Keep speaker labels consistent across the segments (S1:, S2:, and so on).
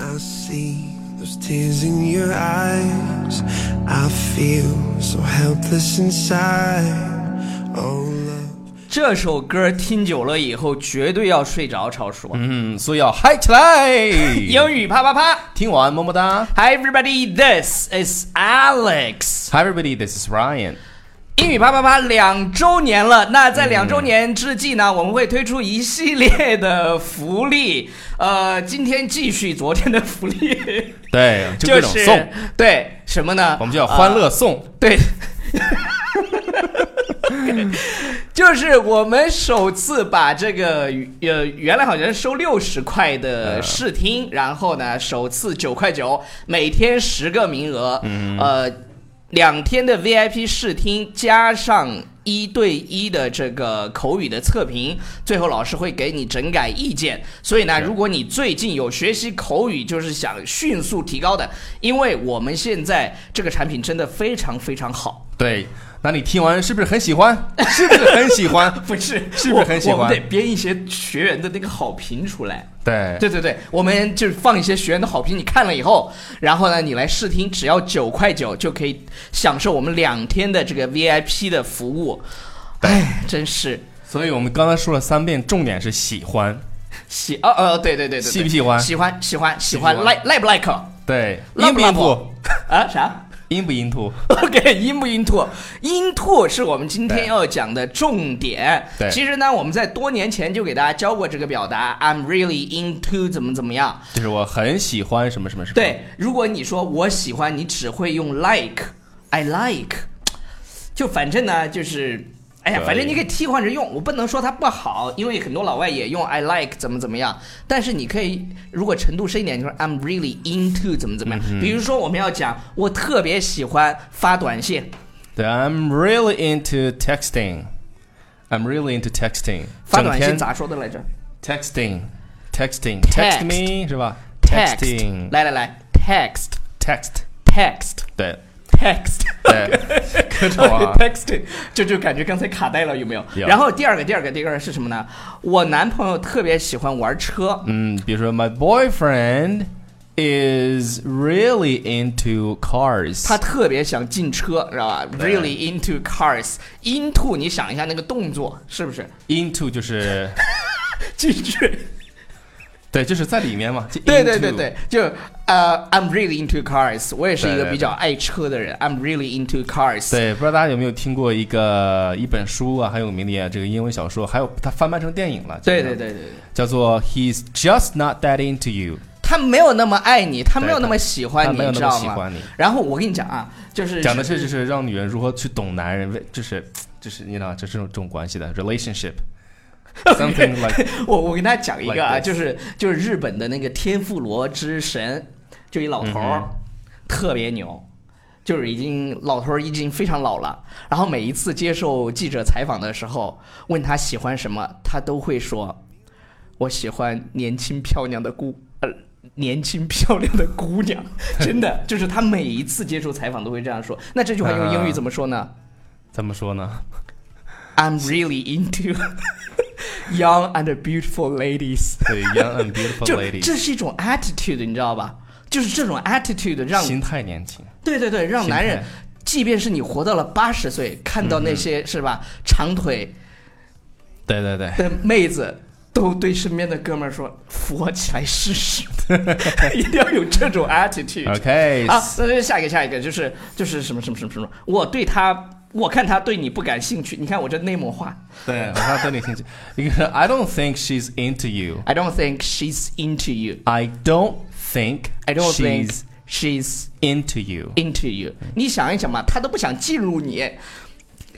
S1: I see those tears in your eyes, I feel so helpless inside. Oh, love.
S2: 这首歌听久了以后绝对要睡着，超叔。
S3: 嗯，所以要嗨 起来！
S2: 英语啪啪啪
S3: 听完么么哒。
S2: ！Hi everybody, this is Alex。
S3: Hi everybody, this is Ryan。
S2: 英语啪啪啪两周年了，那在两周年之际呢，我们会推出一系列的福利。呃，今天继续昨天的福利，
S3: 对，就
S2: 就
S3: 各种
S2: 是呃
S3: 送，
S2: 对什么呢？
S3: 我们就要欢乐送。
S2: 对，就是我们首次把这个呃，原来好像是收六十块的试听，然后呢，首次九块九，每天十个名额，呃，两天的 VIP 试听加上。一对一的这个口语的测评，最后老师会给你整改意见。所以呢，如果你最近有学习口语，就是想迅速提高的，因为我们现在这个产品真的非常非常好。
S3: 对，那你听完是不是很 喜欢？是不是很喜欢？
S2: 不是，
S3: 是不是很喜欢
S2: 我我们得编一些学员的那个好评出来。
S3: 对，
S2: 对对对，我们就是放一些学员的好评，你看了以后，然后呢，你来试听，只要九块九就可以享受我们两天的这个 VIP 的服务。哎，真是
S3: 所以我们刚才说了三遍，重点是喜欢。
S2: 喜哦哦，对对对对对，
S3: 喜不喜欢
S2: 喜欢喜欢喜
S3: 不喜
S2: 欢
S3: 欢
S2: ，like like 不 like
S3: 对，
S2: Love
S3: 音不音
S2: love
S3: 吐？
S2: 啊啥？
S3: 音不音吐？
S2: OK，音不音吐？音吐是我们今天要讲的重点。
S3: 对
S2: 其实呢，我们在多年前就给大家教过这个表达，I'm really into 怎么怎么样。
S3: 就是我很喜欢什么什么什么。，
S2: 对，如果你说我喜欢，你只会用 like，I like，就反正呢就是。哎呀
S3: 可，以
S2: 反正你可以替换着用，我不能说它不好，因为很多老外也用 I like 怎么怎么样，但是你可以如果程度深一点，就说 I'm really into 怎么怎么样。
S3: 嗯
S2: 比如说我们要讲我特别喜欢发短信，
S3: 对，I'm really into texting。I'm really into texting。
S2: 发短信
S3: 整天
S2: 咋说的来着
S3: texting texting
S2: Text
S3: text me 是吧
S2: Text，
S3: ？texting
S2: 来来来，text
S3: text
S2: text
S3: 对
S2: text
S3: 对，各种 啊
S2: text，就就感觉刚才卡带了有没有？
S3: 有
S2: 然后第二个第二个第二个是什么呢？我男朋友特别喜欢玩车，
S3: 嗯，比如说 my boyfriend is really into cars，
S2: 他特别想进车，知道吧
S3: 对
S2: ？Really into cars。into 你想一下那个动作是 不是
S3: into 就是
S2: 进去？
S3: 对，就是在里面嘛，就 into,
S2: 对对对对，就呃、i m really into cars。我也是一
S3: 对
S2: 个
S3: 对
S2: 比较爱车的人，I'm really into cars。
S3: 对，不知道大家有没有听过一个一本书啊，很有名的啊这个英文小说，还有它翻拍成电影了，
S2: 对对，对对对。
S3: 叫做 He's just not that into you，
S2: 他没有那么爱你，他
S3: 对
S2: 没有那么喜欢
S3: 他
S2: 你，
S3: 没有
S2: 知
S3: 那么
S2: 道
S3: 喜
S2: 吗
S3: 欢你？
S2: 然后我跟你讲啊，就是
S3: 讲的这就是让女人如何去懂男人，为就是就是你知道，就是这种这种关系的 relationship，something like
S2: 我我跟大家讲一个啊，
S3: Like this
S2: 就是就是日本的那个天妇罗之神，就一老头
S3: 嗯
S2: 儿，特别牛。就是已经老头儿已经非常老了，然后每一次接受记者采访的时候，问他喜欢什么，他都会说：“我喜欢年轻漂亮的姑，呃，年轻漂亮的姑娘。” 真的，就是他每一次接受采访都会这样说。那这句话用英语怎么说呢？
S3: 怎么说呢？
S2: I'm really into young and beautiful ladies
S3: 对，young and beautiful
S2: 就
S3: lady，
S2: 这是一种 attitude，你知道吧？就是这种 attitude 让
S3: 心态年轻，
S2: 对对对让
S3: 心态嗯
S2: 男人，即便是你活到了八十岁，看到那些、是吧长腿
S3: 对对对，
S2: 的妹子，都对身边的哥们儿说扶起来试 试，一定要有这种 attitude。
S3: OK，
S2: 啊，那就下一个下一个就是就是什么什么什么什么，我对他。我看他对你不感兴趣，你看我这内蒙话
S3: 对，我看对你兴趣。一个是 I don't think she's into you.
S2: ，I don't think she's into you.
S3: I don't think
S2: I don't think
S3: she's
S2: she's
S3: into you.
S2: into you。你想一想嘛，他都不想进入你，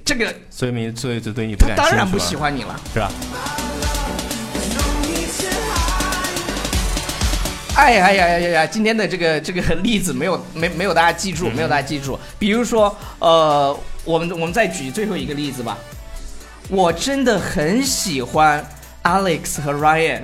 S2: 这个
S3: 所以没，所以就对啊你不
S2: 他
S3: 感兴趣
S2: 当然
S3: 了
S2: 不喜，欢你了。
S3: 是吧？
S2: 哎呀哎呀呀呀呀！今天的这个这个例子没有没没有大家记住，
S3: 嗯
S2: 没有大家记住。比如说，呃，我们我们再举最后一个例子吧。我真的很喜欢 Alex 和 Ryan。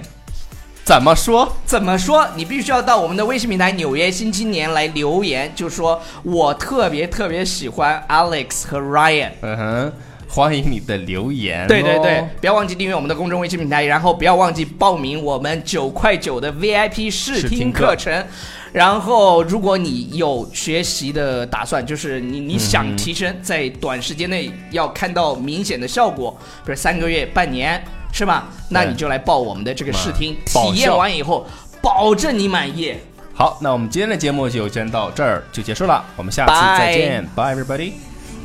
S3: 怎么说？
S2: 怎么说？你必须要到我们的微信平台《纽约新青年》来留言，就说我特别特别喜欢 Alex 和 Ryan。
S3: 嗯哼欢迎你的留言、哦
S2: 对对对，，不要忘记订阅我们的公众微信平台，然后不要忘记报名我们九块九的 VIP 试
S3: 试
S2: 听
S3: 听
S2: 课
S3: 课
S2: 程。然后，如果你有学习的打算，就是你你想提升，在短时间内要看到明显的效果，比如三个月、半年，是吧？那
S3: 对
S2: 你就来报我们的这个试听，
S3: 保效
S2: 体验完以后，保证你满意。
S3: 好，那我们今天的节目就先到这儿就结束了，我们下次再见，Bye everybody。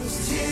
S1: Tears